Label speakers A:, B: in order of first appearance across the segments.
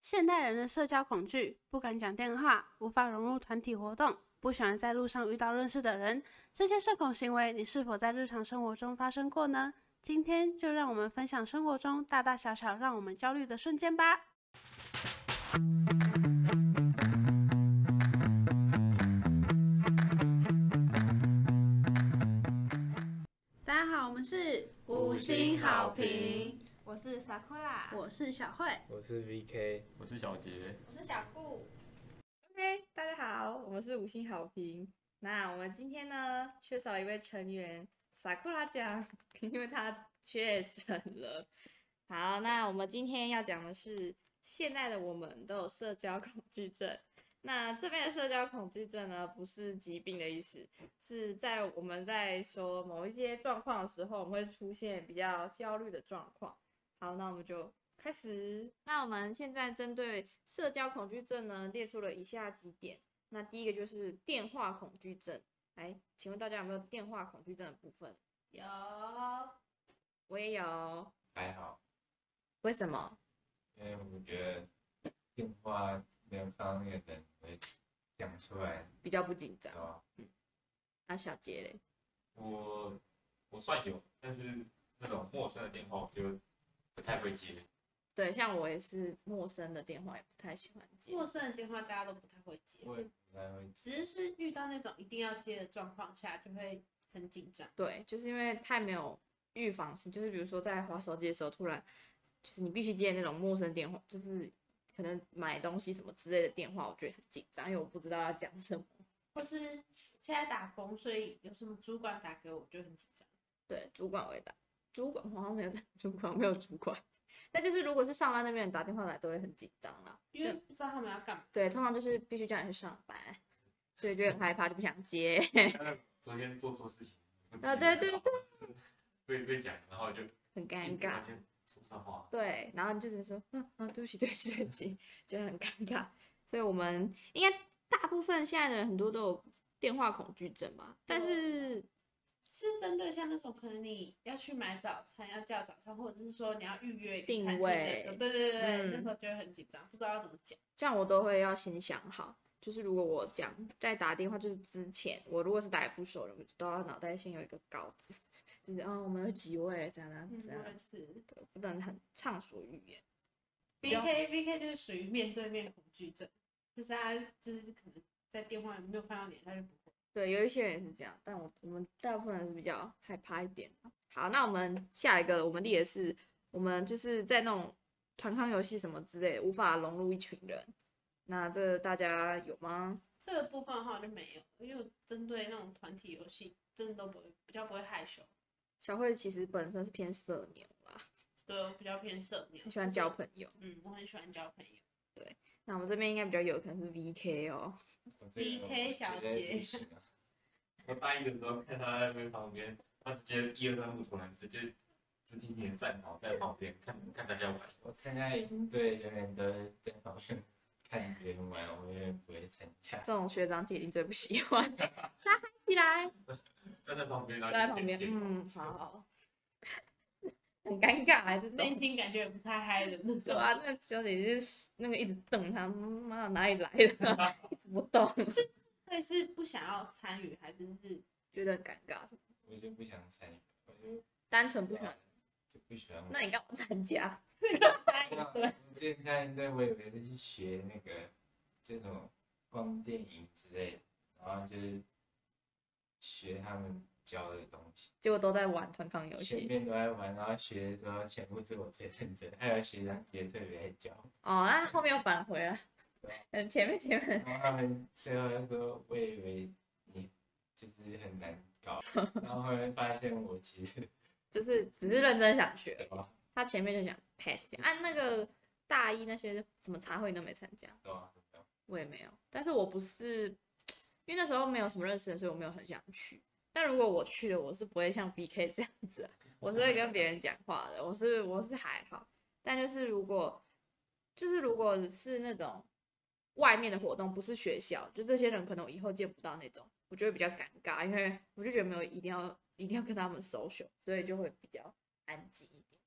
A: 现代人的社交恐惧，不敢讲电话，无法融入团体活动，不喜欢在路上遇到认识的人，这些社恐行为，你是否在日常生活中发生过呢？今天就让我们分享生活中大大小小让我们焦虑的瞬间吧。大家好，我们是
B: 五星好评，
C: 我是 Sakura，
A: 我是小慧。
B: 我是 VK，
D: 我是小杰，
C: 我是小顾。
E: OK，大家好，我们是五星好评。那我们今天呢，缺少了一位成员萨库拉酱，因为他确诊了。好，那我们今天要讲的是，现在的我们都有社交恐惧症。那这边的社交恐惧症呢，不是疾病的意思，是在我们在说某一些状况的时候，我们会出现比较焦虑的状况。好，那我们就开始。那我们现在针对社交恐惧症呢，列出了以下几点。那第一个就是电话恐惧症。来，请问大家有没有电话恐惧症的部分？
C: 有，
E: 我也有。
D: 还好，
E: 为什么？
D: 因为我觉得电话两方面的人会讲出来，
E: 比较不紧
D: 知
E: 张。
D: 道吧？
E: 那小杰嘞？
D: 我我算有，但是那种陌生的电话我就不太会接，
E: 对，像我也是陌生的电话也不太喜欢接。
A: 陌生的电话大家都不太会接，
D: 我也不太会。
A: 只是遇到那种一定要接的状况下，就会很紧张。
E: 对，就是因为太没有预防性，就是比如说在划手机的时候，突然就是你必须接那种陌生电话，就是可能买东西什么之类的电话，我觉得很紧张，因为我不知道要讲什么。
A: 或是现在打工，所以有什么主管打给我，我就很紧张。
E: 对，主管会打，主管我好像没有打，主管我没有主管。 但就是如果是上班那边人打电话来，都会很紧张啦。
A: 因为不知道他们要干嘛。
E: 对，通常就是必须叫你去上班，所以就很害怕，就不想接。
D: 昨天做错事情，
E: 啊对对
D: 对，被被讲，然后就
E: 很
D: 一
E: 尴
D: 直
E: 尬
D: 完。全说不上话。
E: 对，然后你就只能说，嗯嗯，对不起，对不起，对不起， 觉得很尴尬。所以我们应该大部分现在的人很多都有电话恐惧症吧，但是
A: 是针对像那种可能你要去买早餐，要叫早餐，或者是说你要预约一个
E: 定
A: 餐厅的时候，
E: 位
A: 对对对对，
E: 嗯
A: 那时候就会很紧张，不知道要怎么讲。
E: 这样我都会要先想好，就是如果我讲在打电话，就是之前我如果是打给不熟人，我都要脑袋先有一个稿子， 就是嗯，我们有几位，怎样怎样怎样
A: 我，也是。
E: 对，不能很畅所欲言。
A: B K B K 就是属于面对面恐惧症，就是他就是可能在电话里没有看到脸，他就不会。
E: 对，有一些人是这样，但我我们大部分人是比较害怕一点的。好，那我们下一个我们列的是，我们就是在那种团康游戏什么之类，无法融入一群人。那这大家有吗？
A: 这个部分的话我就没有，因为我针对那种团体游戏，真的都不会比较不会害羞。
E: 小慧其实本身是偏社牛啦，
A: 对我比较偏社牛，
E: 很喜欢交朋友。
A: 嗯，我很喜欢交朋友。
E: 那我们这边应该比较有可能是 VK 哦。
D: 我这个
A: BK
D: 我
A: 小
D: 觉得
A: 姐
D: 不行啊。我大一的时候看他在那边旁边，他直接一二三不突然直接直挺挺地站好在旁边看看大家玩。我现在对永远都在旁边看别人玩，我永远不会参加。
E: 这种学长姐一定最不喜欢。大家嗨起来，
D: 站在旁边，然
E: 坐
D: 后
E: 在旁边，嗯，好， 很尴尬啊，这种
A: 内。心感觉也不太嗨的那
E: 对
A: 种。
E: 啊，那个小姐姐是那个一直瞪他，妈哪里来的啊？ 一直不 懂，
A: 所以是不想要参与，还是 是
E: 觉得很尴尬，
D: 我就不想参与，我就
E: 单纯不喜欢。
D: 就不喜欢玩。
E: 那你干嘛参加？
A: 参
E: 啊
A: 与？
D: 对，我之前看一堆，我以为是去学那个这种逛电影之类的，然后就是学他们教的东西，
E: 结果都在玩团康游
D: 前
E: 戏。
D: 面都在玩，然后学的时候全部是我最认真，还有学长姐特别爱教，
E: 哦，那后面又返回了
D: 对啊。
E: 嗯，前面前面
D: 然后他们最后就说，我以为你就是很难 搞，然后后来发现我其实
E: 就是只是认真想学，
D: 哦，
E: 他前面就想 pass 掉。啊按、那个大一那些什么茶会你都没参加，
D: 对啊
E: 我也没有。但是我不是因为那时候没有什么认识的，所以我没有很想去。但如果我去了，我是不会像 BK 这样子啊、我是会跟别人讲话的，我是我是还好，但就是如果就是如果是那种外面的活动，不是学校，就这些人可能我以后见不到那种，我就会比较尴尬，因为我就觉得没有一定要一定要跟他们 social，所以就会比较安静一点。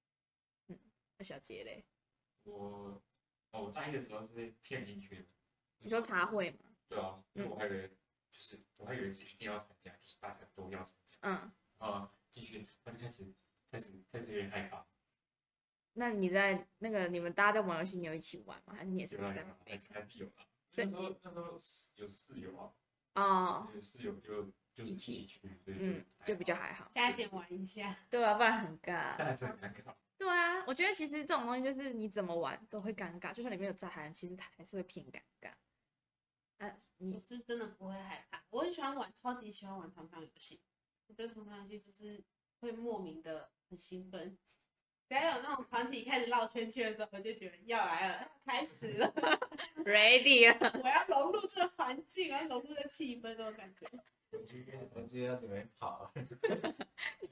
E: 嗯，那小杰嘞，
D: 我哦，我大一的时候是被骗进去的。
E: 你说茶会吗？
D: 对啊，因
E: 嗯
D: 为我还以为就是我还以为是一定要参加，就是大家都要参加。
E: 嗯，
D: 啊，进去，我就开始开始开始有点害怕，
E: 那你在那个你们大家在玩游戏，你有一起玩吗？还是你也是
D: 有
E: 在
D: 啊
E: 旁
D: 有啊，还
E: 边
D: 是还是有啊。
E: 所
D: 那
E: 以
D: 时候那时候有室友啊，
E: 看？哦，
D: 有室友就就是
E: 一
D: 一
E: 起
D: 起去，所以
E: 嗯，就比较还好。
A: 加减玩一下，
E: 对啊，不然很尬。
D: 但还是很尴 尬。
E: 对啊，我觉得其实这种东西就是你怎么玩都会尴尬，就算里面有在行人，其实还是会偏尴尬。啊，
A: 我
E: 你
A: 是真的不会害怕。我很喜欢玩，超级喜欢玩团康游戏。我对团康游戏就是会莫名的很兴奋， 只要有那种团体开始绕圈圈的时候，我就觉得要来了，开始了，
E: ready 啊？
A: 我要融入这个环境，我要融入这气氛，这种感觉。
D: 我今天我今天要准备跑，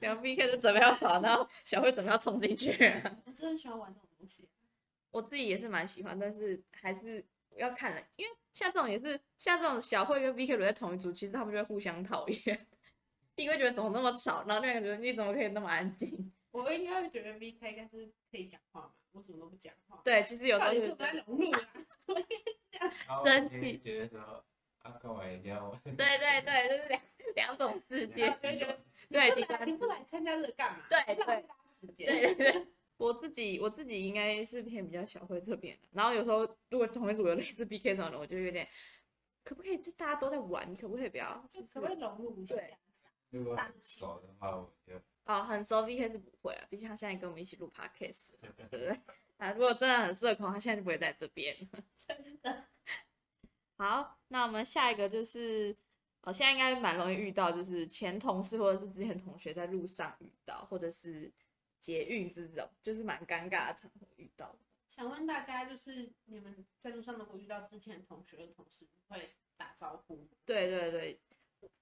E: 然后 BK 就准备要跑，然后小慧准备要冲进去啊、
A: 我真的很喜欢玩这种东西。
E: 我自己也是蛮喜欢，但是还是要看人，因为像这种也是像这种小慧跟 BK 留在同一组，其实他们就会互相讨厌。 一个会觉得怎么那么吵，然后另外一个觉得你怎么可以那么安静？
A: 我应该会觉得 VK 应该是可以讲话嘛，我什么都不讲话。
E: 对，其实有时
A: 到
E: 候
A: 底
E: 就是是
A: 我在融入啊？
D: 然后
E: 生
D: 我就
E: 气
D: 觉得说啊，干嘛一定要 我？
E: 对对对，就是两两种世界
A: 然后。就会觉得
E: 对，
A: 你
E: 极
A: 不来
E: 端
A: 你不来参加这个干嘛？
E: 对
A: 浪费大家时间。
E: 对对 对，我自己我自己应该是偏比较小慧这边的，然后有时候如果同一组有类似 BK 这种人，我就有点，可不可以就大家都在玩，可不可以不要？
A: 就
E: 就
A: 只
E: 是
A: 会融入一下。
E: 对
D: 如果很熟的话，我就
E: 哦，很熟 BK 是不会啊，毕竟他现在跟我们一起录 podcast，了对不对？ 啊，如果真的很社恐，他现在就不会在这边。
A: 真的，
E: 好，那我们下一个就是，哦，现在应该蛮容易遇到，就是前同事或者是之前同学在路上遇到，或者是捷运这种，就是蛮尴尬的场合遇到。
A: 想问大家，就是你们在路上如果遇到之前的同学的同事，会打招呼吗？
E: 对对对，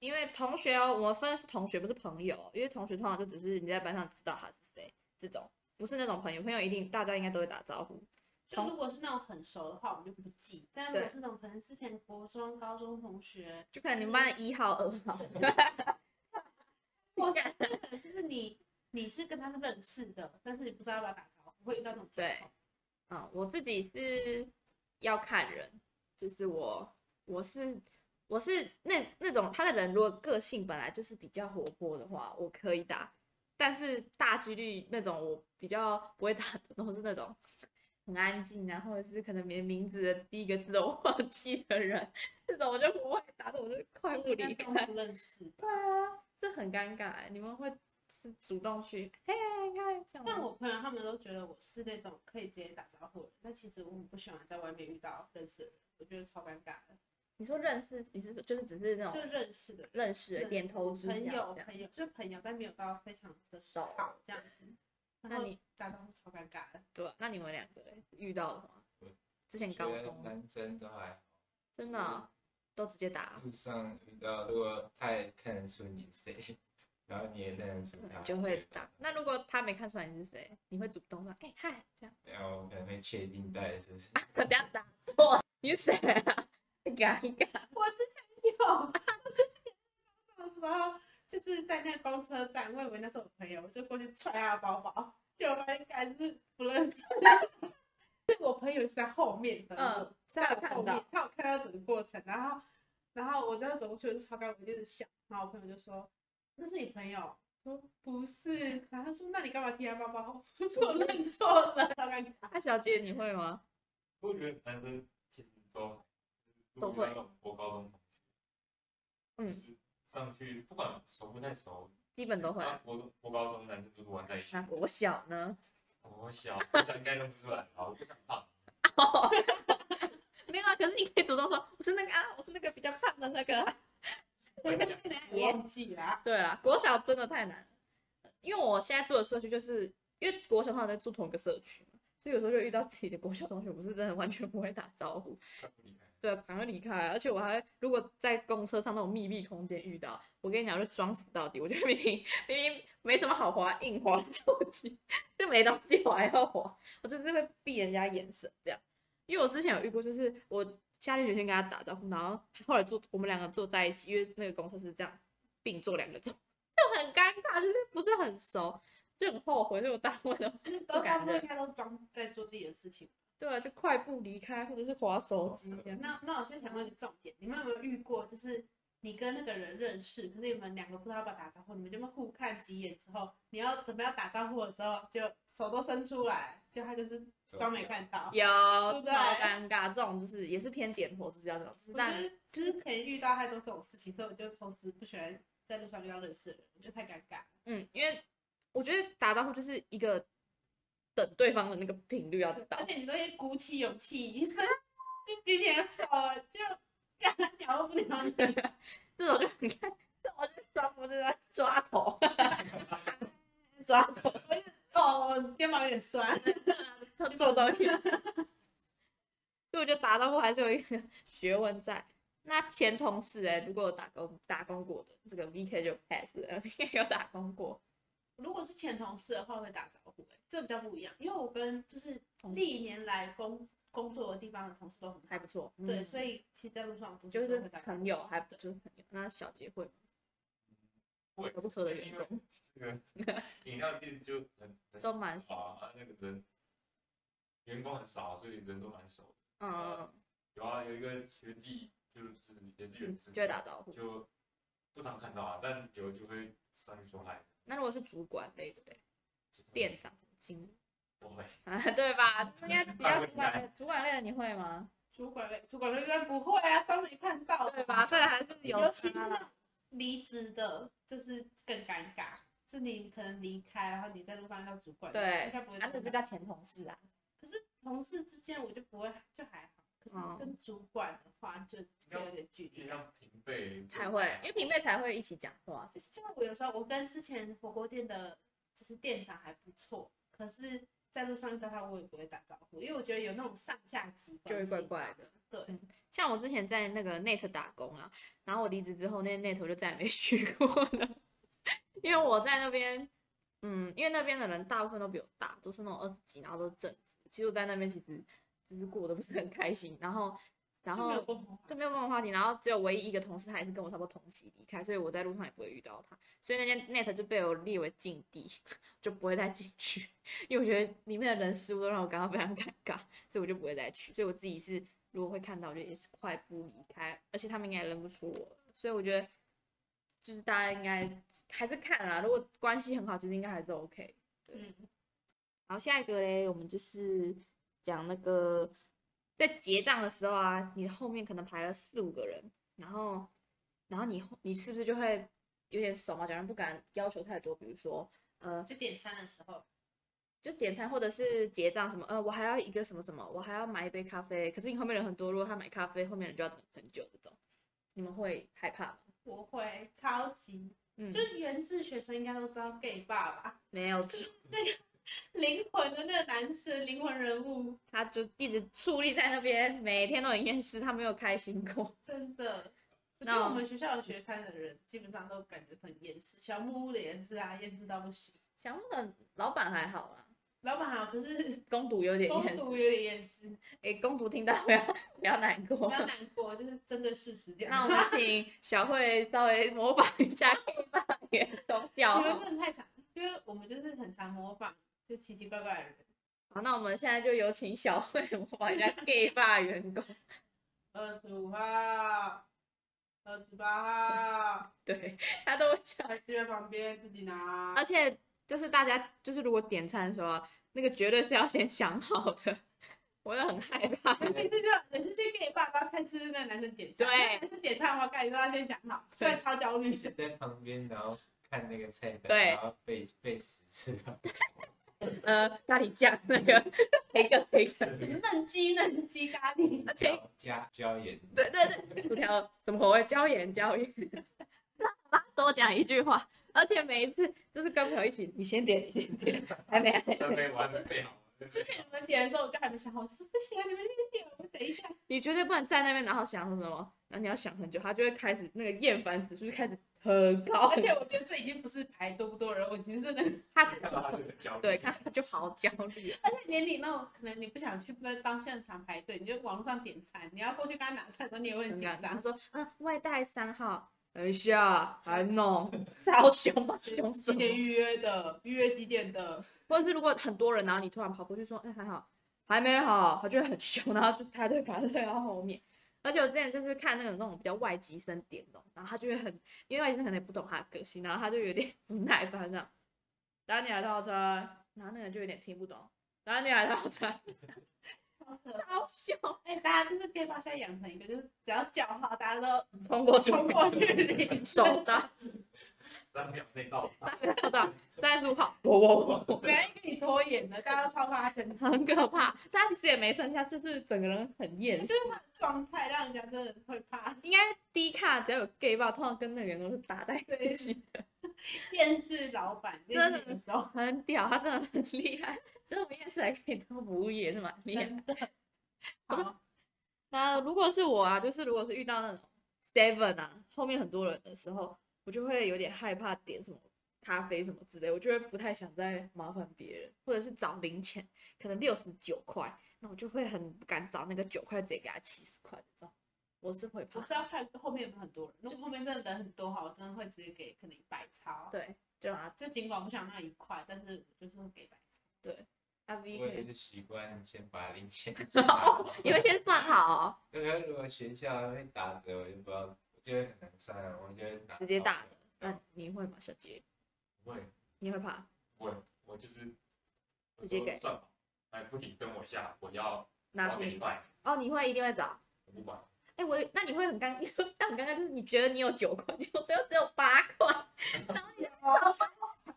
E: 因为同学哦，我们分的是同学，不是朋友哦，因为同学通常就只是你在班上知道他是谁这种，不是那种朋友，朋友一定大家应该都会打招呼。
A: 就
E: 同
A: 如果是那种很熟的话，我们就不记；但如
E: 哦对
A: 果是那种可能之前国中、高中同学，
E: 就可能你们班的一号、二号，
A: 或者是可能就是你你是跟他是认识的，但是你不知道要不要打招呼，会遇到这种状
E: 对
A: 况。
E: 嗯，我自己是要看人，就是我我是我是那那种他的人，如果个性本来就是比较活泼的话，我可以打，但是大几率那种我比较不会打的都是那种很安静啊，或者是可能连名字的第一个字都忘记的人，这种我就不会打，这种我就快步离
A: 但
E: 开
A: 这。种不认识，
E: 对啊，这很尴尬欸，你们会是主动去嘿嗨这
A: 像
E: 样吗
A: 我朋友他们都觉得我是那种可以直接打招呼的，但其实我很不喜欢在外面遇到认识的人，我觉得超尴尬的。
E: 你说认识，你是说就是只是那种
A: 就认识的人。
E: 认识
A: 认
E: 的，点
A: 识
E: 头之交
A: 朋
E: 这
A: 友
E: 样。
A: 朋友就是朋友，但没有到非常的
E: 熟
A: 好这样子。然
E: 那
A: 后
E: 你
A: 打招呼超尴尬的，
E: 对啊，那你们两个嘞遇到的话
D: 我，
E: 之前高
D: 觉得
E: 中
D: 男生都还好
E: 真的哦都直接打，
D: 路上遇到，如果他也看得出你是谁， 然后你也认得出他，
E: 嗯 就会打。那如果他没看出来你是谁，你会主动说哎嗨这样，
D: 然后我可能会确定到底是不是。
E: 我等下打错，你是谁啊？ 尴尬，
A: 我之前有， 我之前那时候就是在那个公车站，我以为那是我朋友，我就过去踹他的包包，结果发现还是不认识。 是我朋友是在后面的，
E: 嗯，
A: 在
E: 他有
A: 我
E: 看
A: 后
E: 到
A: 面，他有看到整个过程，然后然后我这样走过去，我就超尴尬，我就一直笑，然后我朋友就说那是你朋友。我说不是，然后他说那你干嘛踢他包包？我说我认错了，超尴 尬。
E: 那小姐你会吗？
D: 我觉得男生其实都
E: 都 会。
D: 我高中同学，
E: 嗯，
D: 上去不管熟不太熟，
E: 基本都会。啊
D: 啊我我高中男生就是玩在一起
E: 那，国小呢？
D: 我小，我想应该认不出来，好，我就想胖，
E: 哦 没有啊，可是你可以主动说我是那个啊，我是那个比较胖的那个啊。
A: 我那个也忘记了，
E: 对啦，国小真的太难了，因为我现在住的社区就是因为国小他们在住同一个社区嘛，所以有时候就遇到自己的国小同学，我是真的完全不会打招呼，
D: 太不厉害。
E: 对，啊赶快离开。而且我还如果在公车上那种密闭空间遇到，我跟你讲，我就装死到底。我觉得明明明明没什么好滑，硬滑手机，就没东西滑要滑，我就是会避人家眼神这样。因为我之前有遇过，就是我下定决心跟他打招呼，然后后来坐我们两个坐在一起，因为那个公车是这样并坐两个坐，就很尴尬，就是不是很熟，就很后悔，所以我大部分都
A: 就是
E: 不
A: 都
E: 敢
A: 他们
E: 认
A: 应该都装在做自己的事情。
E: 对啊，就快步离开或者是划手机啊这样。
A: 那那我现在想问一个重点，你们有没有遇过，就是你跟那个人认识，可是你们两个不知道要不要打招呼，你们就会互看几眼之后，你要准备要打招呼的时候，就手都伸出来，就他就是装没看到。
E: 有
A: 对不对
E: 超尴尬，这种就是也是偏点火之交那种，就是
A: 我
E: 但
A: 觉得之前遇到太多这种事情，所以我就从此不喜欢在路上遇到认识的人，我觉得太尴尬。
E: 嗯，因为我觉得打招呼就是一个等对方的那个频率要到
A: 而，且你都会鼓起勇气，一伸就举起你的手，就 鸟都不鸟你。
E: 这种就你看，这种就抓不住在抓 头，抓头
A: 哦，我肩膀有点酸。
E: 就做到一样。所以我觉得打招呼还是有一个学问在。那前同事哎、如果有打工打工过的，这个 VK 就 pass 了，VK 有打工过，
A: 如果是前同事的话，会打招呼、欸，这比较不一样，因为我跟就是
E: 同事
A: 历年来工工作的地方的同事都很
E: 还
A: 好，
E: 不错。
A: 对，
E: 嗯
A: 所以其实在路上我同
E: 就
A: 事
E: 是
A: 都会打招呼
E: 朋友，还不就是朋友。那小杰会吗
D: 会
E: 可不可的员工。
D: 这个饮料店就很很
E: 都蛮少
D: 啊，啊那个人员工很少，啊所以人都蛮少的。
E: 嗯，
D: 有啊，有一个学弟就是也是远志，
E: 就会打招呼。
D: 就不常看到啊，但有就会上去说嗨。
E: 那如果是主管类的嘞，店长、经理
D: 不会，
E: 啊，对吧？应该比较主管
D: 大
E: 类，主管类的你会吗？
A: 主管类，主管类一般不会啊，装没看到，
E: 对吧？所以还是有
A: 尤其是
E: 差
A: 那
E: 啦
A: 种离职的，就是更尴尬。就你可能离开，然后你在路上遇到主管，
E: 对
A: 应该不会
E: 啊，那
A: 尴
E: 就
A: 尬。
E: 叫前同事啊。
A: 可是同事之间我就不会，就还好。可
E: 哦
A: 是跟主管的话，就会有点距离
D: 就。像平辈
E: 才会，因为平辈才会一起讲话。
A: 就是像我有时候，我跟之前火锅店的，就是店长还不错，可是在路上遇到他，我也不会打招呼，因为我觉得有那种上下级
E: 就会
A: 关系
E: 怪怪的。
A: 对
E: 嗯，像我之前在那个 Net 打工啊，然后我离职之后，那 Net 我就再也没 去过了，因为我在那边，嗯，因为那边的人大部分都比我大，都是那种二十几，然后都是正职。其实我在那边其实就是过得不是很开心，然后，然
A: 就没有
E: 后
A: 共同话
E: 就没有共同话题，然后只有唯一一个同事，他也是跟我差不多同期离开，所以我在路上也不会遇到他，所以那间 Net 就被我列为禁地， 就不会再进去，因为我觉得里面的人事物都让我感到非常尴尬，所以我就不会再去，所以我自己是如果会看到，我就也是快步离开，而且他们应该也认不出我，所以我觉得就是大家应该还是看啦，如果关系很好，其实应该还是 OK。
A: 嗯，
E: 然后下一个嘞，我们就是讲那个在结账的时候啊，你后面可能排了四五个人，然后然后你后你是不是就会有点手忙脚乱，不敢要求太多，比如说呃
A: 就点餐的时候，
E: 就点餐或者是结账什么，呃，我还要一个什么什么，我还要买一杯咖啡。可是你后面人很多，如果他买咖啡，后面人就要等很久这种，你们会害怕吗？
A: 我会超级，
E: 嗯，
A: 就是源自学生应该都知道 gay 爸吧，
E: 没有错，
A: 灵魂的那个男神，灵魂人物，
E: 他就一直矗立在那边，每天都很厌世，他没有开心过。
A: 真的。我觉
E: 那
A: 得我们学校的学餐的人基本上都感觉很厌世，小木屋的也是啊，厌世到不行。
E: 小木的老板还好啦，
A: 老板好，可是
E: 公主有点
A: 公
E: 厌世，
A: 读有点厌世，
E: 哎、公主听到不要不要难
A: 不
E: 过。
A: 要难过，就是针对事实点。
E: 那我们请小慧稍微模仿一下 K 霸员宗教
A: 你
E: 好
A: 们
E: 吗。
A: 真的太常，因为我们就是很常模仿，就奇奇怪怪的人。
E: 好，那我们现在就有请小慧模仿一下 gay 霸员工。
A: 二十五号，二十八号，
E: 对他都会讲。
A: 在就在旁边自己拿
E: 而。且就是大家就是如果点餐的时候啊，那个绝对是要先想好的，我也很害 怕。
A: 尤其是就每次去 gay 爸，然后看是不是那个男生点餐，
E: 对
A: 男生点餐的话，干你都要先想好，虽然超焦虑。
B: 就在旁边，然后看那个菜单，
E: 对
B: 然后背背十次，
E: 呃，咖喱酱那个黑个黑个，
A: 什么嫩鸡、嫩鸡咖喱，
E: 而且
B: 椒加椒盐，
E: 对对对，薯条什么口味？椒盐椒盐。那妈 多讲一句话，而且每一次就是跟朋友一起，你先点，你先点，还没还没，
D: 那杯我还没备好。
A: 之前你们点的时候，我就还没想好，我就说不行啊，你们先点，我等一下。
E: 你绝对不能在那边然后想什么，然后你要想很久，他就会开始那个厌烦指数就开始很高，
A: 而且我觉得这已经不是排多不多人的问题，是那个
E: 他
D: 看到 他这个焦虑
E: 对，看他就好焦虑啊。
A: 连你那种可能你不想去当现场排队，你就网络上点餐，你要过去跟他拿餐的时候，你也会很紧
E: 他
A: 张。
E: 说，嗯，外带三号，等一下还 弄，超凶吧，凶死
A: 几
E: 我！
A: 点预约的？预约几点的？
E: 或者是如果很多人，然后你突然跑过去说，哎、还好，还没好，他就会很凶，然后就排队排队到后面。而且我之前就是看那种那种比较外籍生点龙，然后他就会很，因为外籍生可能也不懂他的个性，然后他就有点不耐烦这样，打你来套餐，然后那个人就有点听不懂，打你来套餐，好凶，
A: 哎、大家就是变到现在养成一个，就是只要叫话，大家都
E: 冲过去，
A: 冲过去 领
E: 手打，
F: 三秒内到达，
E: 手打，三十五跑，我我我。
A: 没人跟你拖延的，大家都超怕他生气，
E: 很可怕。但他其实也没生气，他就是整个人很厌
A: 就
E: 世
A: 是。他的状态让人家真的会怕。
E: 应该低卡只要有 gay 吧，通常跟那个员工是打在一起，
A: 电视老板
E: 真的
A: 的都
E: 很屌，他真的很厉害。所以我们厌世还可以当服务业，是蛮厉害。
A: 真的好，
E: 那如果是我啊，就是如果是遇到那种 seven 啊，后面很多人的时候，我就会有点害怕点什么咖啡什么之类，我就会不太想再麻烦别人，或者是找零钱，可能六十九块，那我就会很不敢找那个九块，直接给他七十块的这种，我是会怕
A: 我。是要看后面有没有很多人，如果后面真的人很多哈，我真的会直接给可能一百超。，
E: 对，就把它
A: 就尽管我不想那一块，但是我就是会给一百超。
E: R 啊 V
D: 我
E: 可
D: 也
E: 以，
D: 是习惯先把零钱 打好。
E: 你会先算好哦、
D: 因为如果学校会打折，我就不知道，我就会很难算啊，我就会拿
E: 直接打
D: 钞
E: 的。那你会吗，小杰？
F: 不会
E: 你会怕？
F: 不会，我就是
E: 直接给
F: 我说算吧，哎，不行，等我一下，我要
E: 拿
F: 我
E: 出
F: 要给
E: 你
F: 你块，
E: 哦，你会一定会找。
F: 我不管，
E: 哎、我那你会很尴 尬，但很尴尬就是你觉得你有九块，就只有只有八块，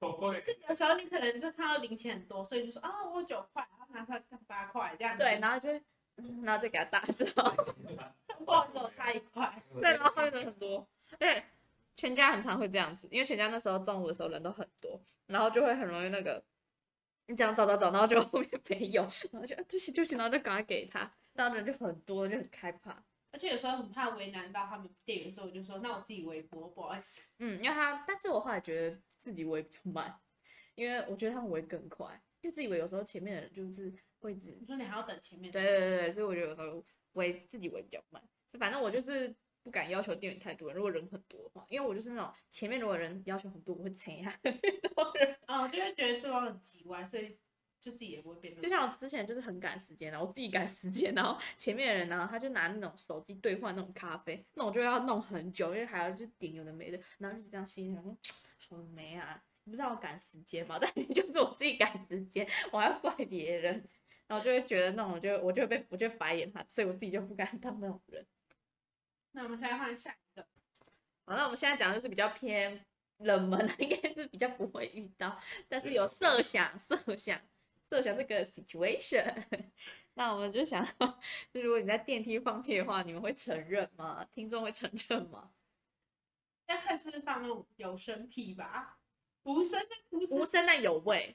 F: 我会
A: 有时候你可能就看到零钱很多，所以就说啊，我有九块，然后拿出来干八块这样子。
E: 对，然后就会，嗯然后再给他打折，
A: 不好意思，我差一块。
D: 我就
E: 对，然后后面人很多，对，全家很常会这样子，因为全家那时候中午的时候人都很多，然后就会很容易那个，你这样找找找，然后就后面没有，然后就啊对不起对不起，然后就赶快给他，然后人就很多，就很害怕。
A: 而且有时候很怕为难到他们店员，所以我就说，那我自己微波，不好意思。
E: 嗯，因为他，但是我后来觉得自己围比较慢，因为我觉得他们围更快，因为自己围有时候前面的人就是会一直，
A: 你说你还要等前面，
E: 对对对对，所以我觉得有时候围自己围比较慢，所以反正我就是不敢要求店员太多人，如果人很多的话，因为我就是那种前面如果人要求很多，我会催他，
A: 哦，就会觉得对方很急歪，所以就自己也不会变得。
E: 就像我之前就是很赶时间，然后我自己赶时间，然后前面的人呢，他就拿那种手机兑换那种咖啡，那种就要弄很久，因为还要就点有的没的，然后就这样心里想说，好没啊，你不知道我赶时间嘛？但 就是我自己赶时间，我还要怪别人，然后就会觉得那种就我就会被我就会白眼他，所以我自己就不敢当那种人。
A: 那我们现在换下一个，
E: 好，那我们现在讲的就是比较偏冷门， 应该是比较不会遇到，但是有设想、设想、设想这个 situation。那 我们就想要，就如果你在电梯放屁的话，你们会承认吗？听众会承认吗？
A: 要看是放那种有声屁吧，无声的无声
E: 无声但有味，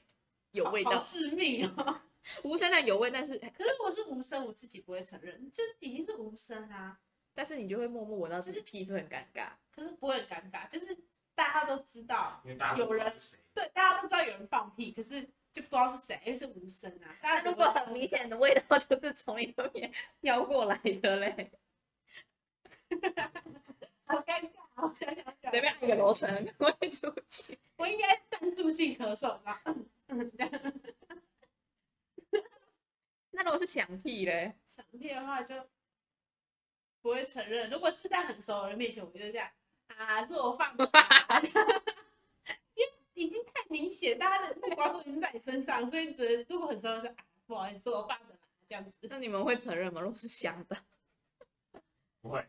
E: 有味
A: 好
E: 道
A: 好。致命哦。
E: 无声但有味，但是
A: 可是我是无声，我自己不会承认，就已经是无声啊，
E: 但是你就会默默闻到自己屁，是不是很尴尬？
A: 可是不会很尴尬，就是大家都知道，
F: 因为大家都不知道是谁，
A: 对，大家都知道有人放屁，可是就不知道是谁，因为是无声啊。大
E: 那
A: 家
E: 如果很明显的味道就是从你那边飘过来的嘞，
A: 好尴尬哦，我想想想
E: 随便按个楼 层，赶快出去。
A: 我应该赞助性咳嗽吧。
E: 那如果是响屁嘞？
A: 想屁的话就不会承认。如果是在很熟的人面前，我就这样啊，是我放的啊， 因为已经太明显，大家的目光都已经在你身上，所以只能如果很熟的就啊，不好意思，是我放的啦，这样子。
E: 那你们会承认吗？如果是想的，
F: 不会，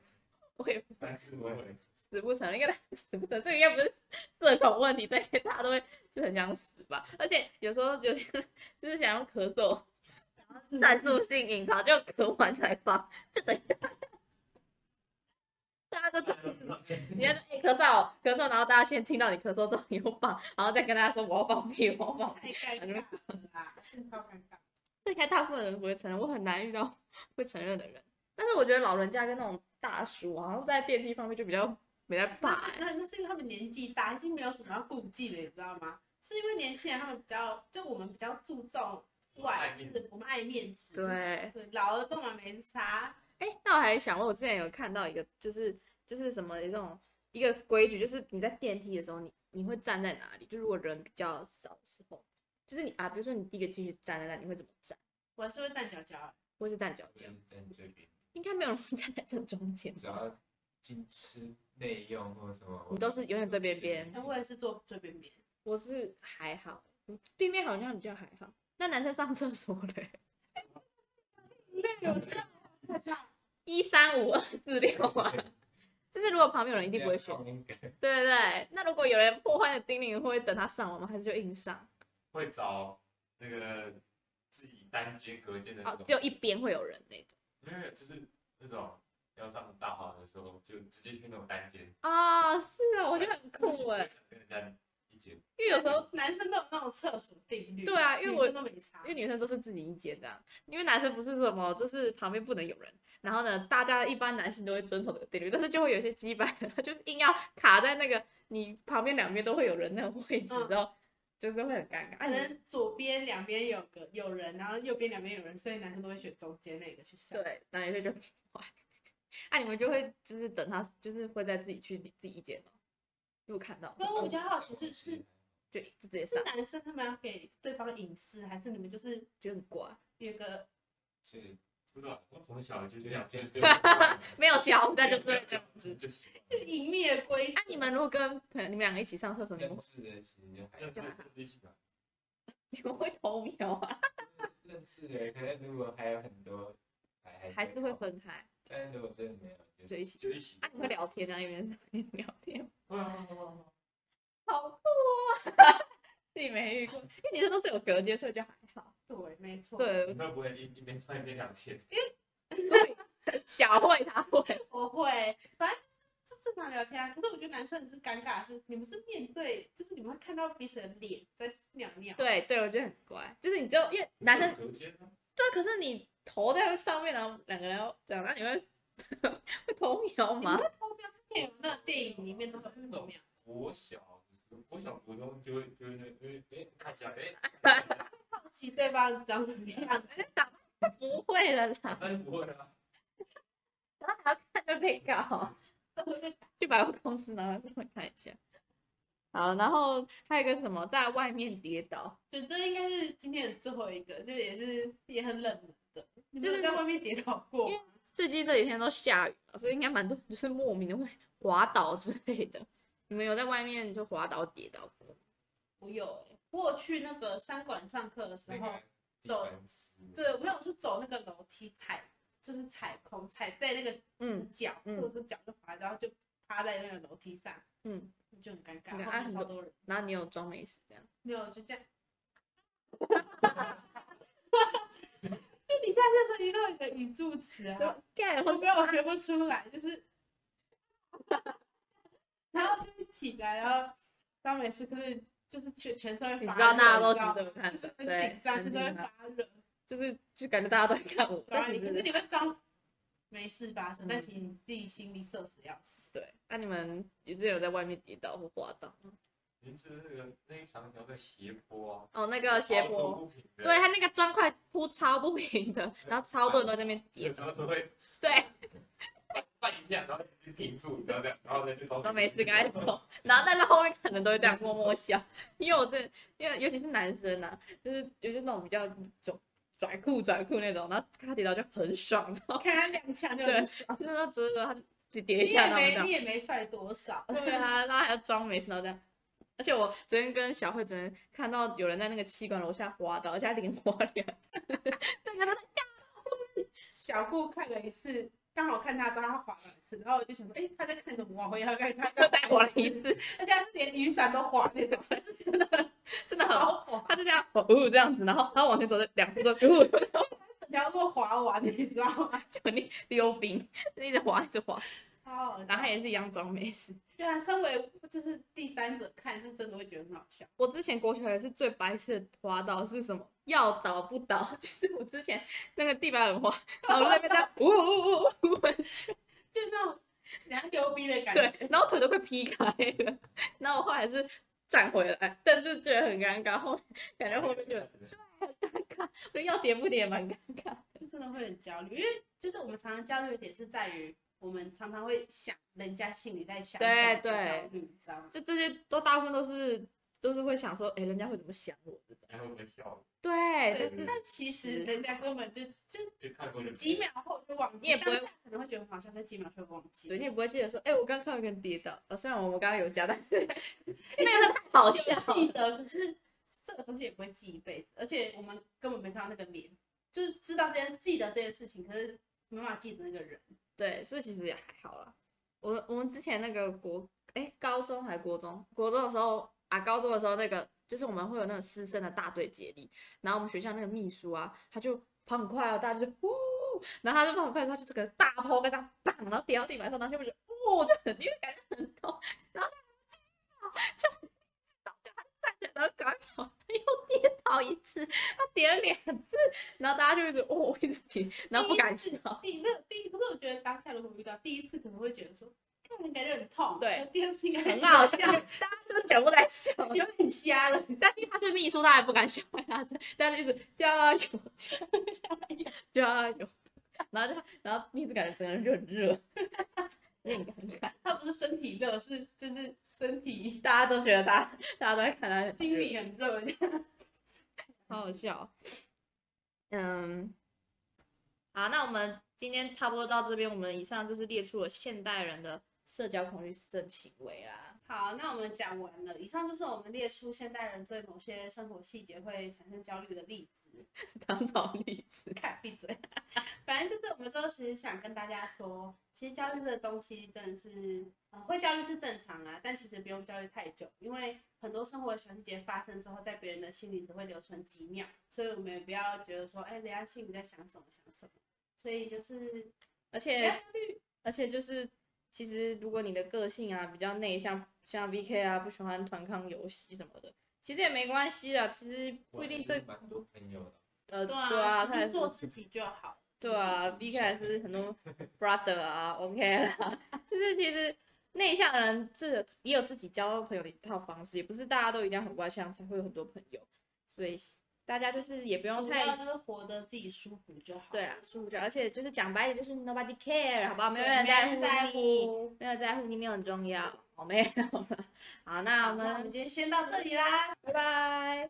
E: 我也
F: 但是我会，
E: 死不承认，应该死不承认。这个应该不是社恐问题，这些大家都会就很想死吧。而且有时候有些人就是想用咳嗽战术性隐藏，就咳完才放，就等于 大家都 知道。你要说哎咳嗽哦咳嗽，然后大家先听到你咳嗽之后，你又放，然后再跟大家说我要放屁，我要放屁
A: 太尴尬了啦，超尴尬。
E: 这应该大部分人不会承认，我很难遇到 会承认的人。但是我觉得老人家跟那种大叔，好像在电梯方面就比较没在怕、
A: 那是
E: 欸。
A: 那那是因为他们年纪大，已经没有什么要顾忌了，你知道吗？是因为年轻人他们比较，就我们比较注重外，就是我们爱面子。
E: 对，哎、
A: 对，老了干嘛没差？
E: 那我还想问，我之前有看到一个，就是就是什么一种一个规矩，就是你在电梯的时候你，你会站在哪里？就如果人比较少的时候，就是你啊，比如说你第一个进去站在那，你会怎么站？
A: 我是会站脚脚，
E: 或是站脚
F: 就
E: 尖？
A: 嗯
F: 是在这边，
E: 应该没有人会站在正中间
D: 只
E: 吧？
D: 要进吃内用或什么，
E: 你都是永远最边边
A: 哎，我也是坐最边边，
E: 我是还好，嗯对面好像比较还好。那男生上厕所嘞？
A: 对，我知道，
E: 一三五二四六 啊，就是如果旁边有人一定不会选，
D: 那
F: 啊
D: 个
E: 对啊不对？那如果有人破坏了叮咛，会不会等他上完吗？还是就硬上？
F: 会找那个自己单间隔间的那
E: 哦，
F: 种，
E: 只有一边会有人那种。
F: 没有没有就是那种要上大号的时候，就直接去那种单间，
E: 哦，是啊，我觉得很酷
F: 我
E: 哎、
F: 想跟人家一间，
E: 因为有时候，
A: 男生都有那种厕所定律，
E: 对啊因为我
A: 女生都没差
E: 因为，女生都是自己一间这样，因为男生不是什么，就是旁边不能有人。然后呢，大家一般男性都会遵守这个定律，但是就会有一些鸡掰的，他就是硬要卡在那个你旁边两边都会有人那个位置
A: 嗯
E: 之后，就是会很尴尬。啊
A: 可
E: 你
A: 能左边两边有个有人，然后右边两边有人，所以男生都会选中间那个去上。
E: 对，那有些就 坏。啊，你们就会就是等他，就是会在自己去自己一间哦。如果看到的
A: 所以
E: 话，
A: 我比较好奇
E: 嗯
A: 是是
E: 就就直接上
A: 是，男生他们要给对方隐私，还是你们就是
E: 就很乖，
A: 有个
D: 是
E: 嗯
F: 不知道我从小就
D: 这
F: 这
D: 样
F: 样，
D: 就
E: 没有教，但就是会这样子。
F: 就喜欢。
A: 就隐秘的规
E: 啊，你们如果跟朋友你们两个一起上厕所，你们
D: 认
E: 会
D: 识的其实就还
F: 要不要自己喜欢？
E: 你们会偷瞄啊，
D: 认识的，可能如果还有很多，还
E: 还是会
D: 分。
E: 分开
D: 但是如果真的没有，
E: 就
D: 就
E: 一起？
F: 就一起。
E: 啊，你会聊天啊，一边上 一边聊天，
F: 会
A: 嗯
F: 啊会啊会啊会啊
E: 好酷啊！ 自己没遇过，因为女生都是有隔间，所以就还好。
A: 对，没错。，
E: 对
F: 你，会不会一一边上一边聊天？
E: 小慧她会，
A: 我会，反正就是正常聊天啊。可是我觉得男生很是尴尬的是，你们是面对，就是你们会看到彼此的脸在尿尿。，
E: 对对，我觉得很乖，就是你就因为男生
F: 有隔间吗？
E: 对，啊可是你头在上面，然后两个人要这样，那你会 会头瞄
A: 你们
E: 吗？
A: 会偷瞄？之前有哦那个电影里面都是会偷瞄，
F: 国小就是国小国中就会就会那哎哎看起来哎，
A: 好奇对方长什么样子。
E: 不会了啦，
F: 那就不会啊。
E: 然后还要看就被告， 去百货公司然后这么看一下。好，然后还有一个是什么，在外面跌倒，
A: 对，这应该是今天的最后一个，这也是也很冷门的。你
E: 就是
A: 们有在外面跌倒过
E: 因，为最近这几天都下雨了，所以应该蛮多人就是莫名的会滑倒之类的。你们有在外面就滑倒跌倒过吗？
A: 我有哎、我有去那个三馆上课的时
D: 那
A: 候，
D: 个地板湿，
A: 对，没有，我是走那个楼梯踩，就是踩空，踩在那个直
E: 嗯
A: 角，
E: 嗯
A: 所以我的脚就滑，然后就趴在那个楼梯上，
E: 嗯，
A: 就很尴尬，
E: 你看
A: 后
E: 啊
A: 面
E: 很
A: 超
E: 多
A: 多人，
E: 然后你有装没事这样？
A: 没有，就这 样。就你下厕所一定会有一个语助词啊，
E: 干，
A: 我没有学不出来，就是，然后就起来，然后当没事，可是就是全全身会
E: 你
A: 发热，
E: 知道大家
A: 你知道
E: 都是怎么看
A: 就是
E: 的
A: 很
E: 对
A: 紧张，
E: 很
A: 就是
E: 紧
A: 会
E: 张
A: 发热，
E: 就是就感觉大家都在看我，
A: 然
E: 但
A: 后
E: 其
A: 你可
E: 实
A: 是你会装没事发生，但
E: 嗯
A: 其实你自己心里社死要死。
E: 对，那、你们也是有在外面跌倒或滑倒吗？
F: 你是那个那一场聊个斜坡啊，
E: 哦，那个斜
F: 凹凸
E: 坡，
F: 不平的，
E: 对，它那个砖块铺超不平的，然后超多人都在那边跌
F: 有
E: 倒
F: 时。候都会
E: 对，
F: 绊一下，然后就停住，然后这样，然后呢就从
E: 都没事赶紧走。 然后但是后面可能都会这样默默笑，因为我真的，因为尤其是男生啊，就是尤其是那种比较拽拽酷拽酷那种，然后他跌倒就很爽， 知道吗？
A: 看他踉跄就
E: 对
A: 很爽，
E: 就是他折折他就跌
A: 你
E: 一下，
A: 也
E: 然后这
A: 没
E: 样
A: 你。也没帅多少，
E: 对啊，然后还要装没事，然后这样。而且我昨天跟小慧昨天看到有人在那个气管楼下滑倒，而且他连滑两 次，对，他说
A: 小顾看了一次，刚好看他的时候他滑了一次，然后我就想说，哎、他在看什么？往回要看他
E: 又再滑了一
A: 次，
E: 次，
A: 而且他是连雨伞都滑那种，
E: 真的很，
A: 好滑，
E: 他就这样哦这样子，然后他往前走了两 步之后，哦
A: 整条路滑完， 你知道吗？
E: 就那溜冰， 一直滑一直滑，
A: 超好
E: 然后
A: 笑
E: 他。也是一样装没事。
A: 对啊，身为就是第三者看，是真的会觉得很好笑。
E: 我之前国学是最白痴的滑倒是什么？要倒不倒， 就是我之前那个地板很滑，然后我在那边这样 呜呜呜呜，
A: 就那种人家牛逼的感觉，
E: 对，然后腿都快劈开了，然后我后来是站回来，但就觉得很尴尬，后感觉后面就很尴尬，我要跌不跌蛮尴尬。
A: 就真的会很焦虑，因为就是我们常常焦虑的点是在于，我们常常会想人家心里在想
E: 对
A: 什么，
E: 对
A: 焦虑，你知道吗？
E: 就这些都大部分都是就是会想说，哎、人家会怎么想我这种。
F: 还会不会笑？
E: 对，
A: 对
E: 但是
A: 但其实人家根本就就
F: 就看过就
A: 几秒后就忘记，
E: 你也不会
A: 当下可能会觉得好像在几秒就忘记。
E: 对你也不会记得说，哎、我刚看到一个人跌倒。呃，虽然我们刚刚有加，但是那个太好笑
A: 有
E: 了。
A: 记得，可是这个东西也不会记一辈子，而且我们根本没看到那个脸，就是知道这件记得这件事情，可是没办法记得那个人。
E: 对，所以其实也还好啦。我们我们之前那个国，哎、高中还国中，国中的时候啊，高中的时候那个就是我们会有那种师生的大队接力，然后我们学校那个秘书啊，他就跑很快哦，大家就呜，然后他就跑很快的时候，他就这个大抛盖上，砰，然后跌到地板上，然后就觉得哦，就很因为感觉很痛，然后他就倒掉，他就站起来，然后赶快跑，他又跌倒一次，他跌了两次，然后大家就一直哦，一直停，然后不敢笑。
A: 第一个第一，可是我觉得当下如果遇到第一次，可能会觉得说，看感觉很痛，
E: 对
A: 可第二次应该
E: 很
A: 觉得
E: 好笑，大家就全部在 笑。
A: 有点瞎了。
E: 但因为他是秘书，大家也不敢笑他， 大家就一直加油加油加油，然后就然后一直感觉整个人就很热，有点尴尬。
A: 他不是身体热，是就是身 体
E: 大家都觉得大家大家都在看他很
A: 心里很热。这样
E: 好好笑。哦嗯，好，那我们今天差不多到这边，我们以上就是列出了现代人的社交恐惧症行为啦。
A: 好，那我们讲完了，以上就是我们列出现代人对某些生活细节会产生焦虑的例子。
E: 当草例 子，
A: 看闭嘴，反正就是我们说，其实想跟大家说，其实焦虑这个东西真的是，呃，会焦虑是正常啊，但其实不用焦虑太久，因为很多生活小细节发生之后，在别人的心里只会留存几秒，所以我们也不要觉得说，哎，人家心里在想什么想什么，所以就是
E: 而
A: 不
E: 且
A: 要焦虑，
E: 而且就是，其实如果你的个性啊比较内向，像 VK 啊不喜欢团康游戏什么的，其实也没关系啦。其实不一定这
F: 蛮多朋友的，
E: 呃
A: 对
E: 对啊，
A: 啊，
E: 他
A: 其实
E: 还是
A: 做自己就好，
E: 对啊，VK 还是很多 brother 啊 OK 啦。就是其实内向的人这有也有自己交朋友的一套方式，也不是大家都一定要很外向才会有很多朋友，所以大家就是也不用
A: 主要就
E: 太
A: 是活得自己舒服就好。
E: 对啦，舒服就好，而且就是讲白一点，就是 nobody care 好不好？没
A: 对，
E: 有人在乎
A: 在
E: 你。
A: 乎。
E: 没有在乎你，没有很 네. 重要。我没有。好，那
A: 好，那我
E: 我们
A: 们今天先到这里啦。
E: 拜拜。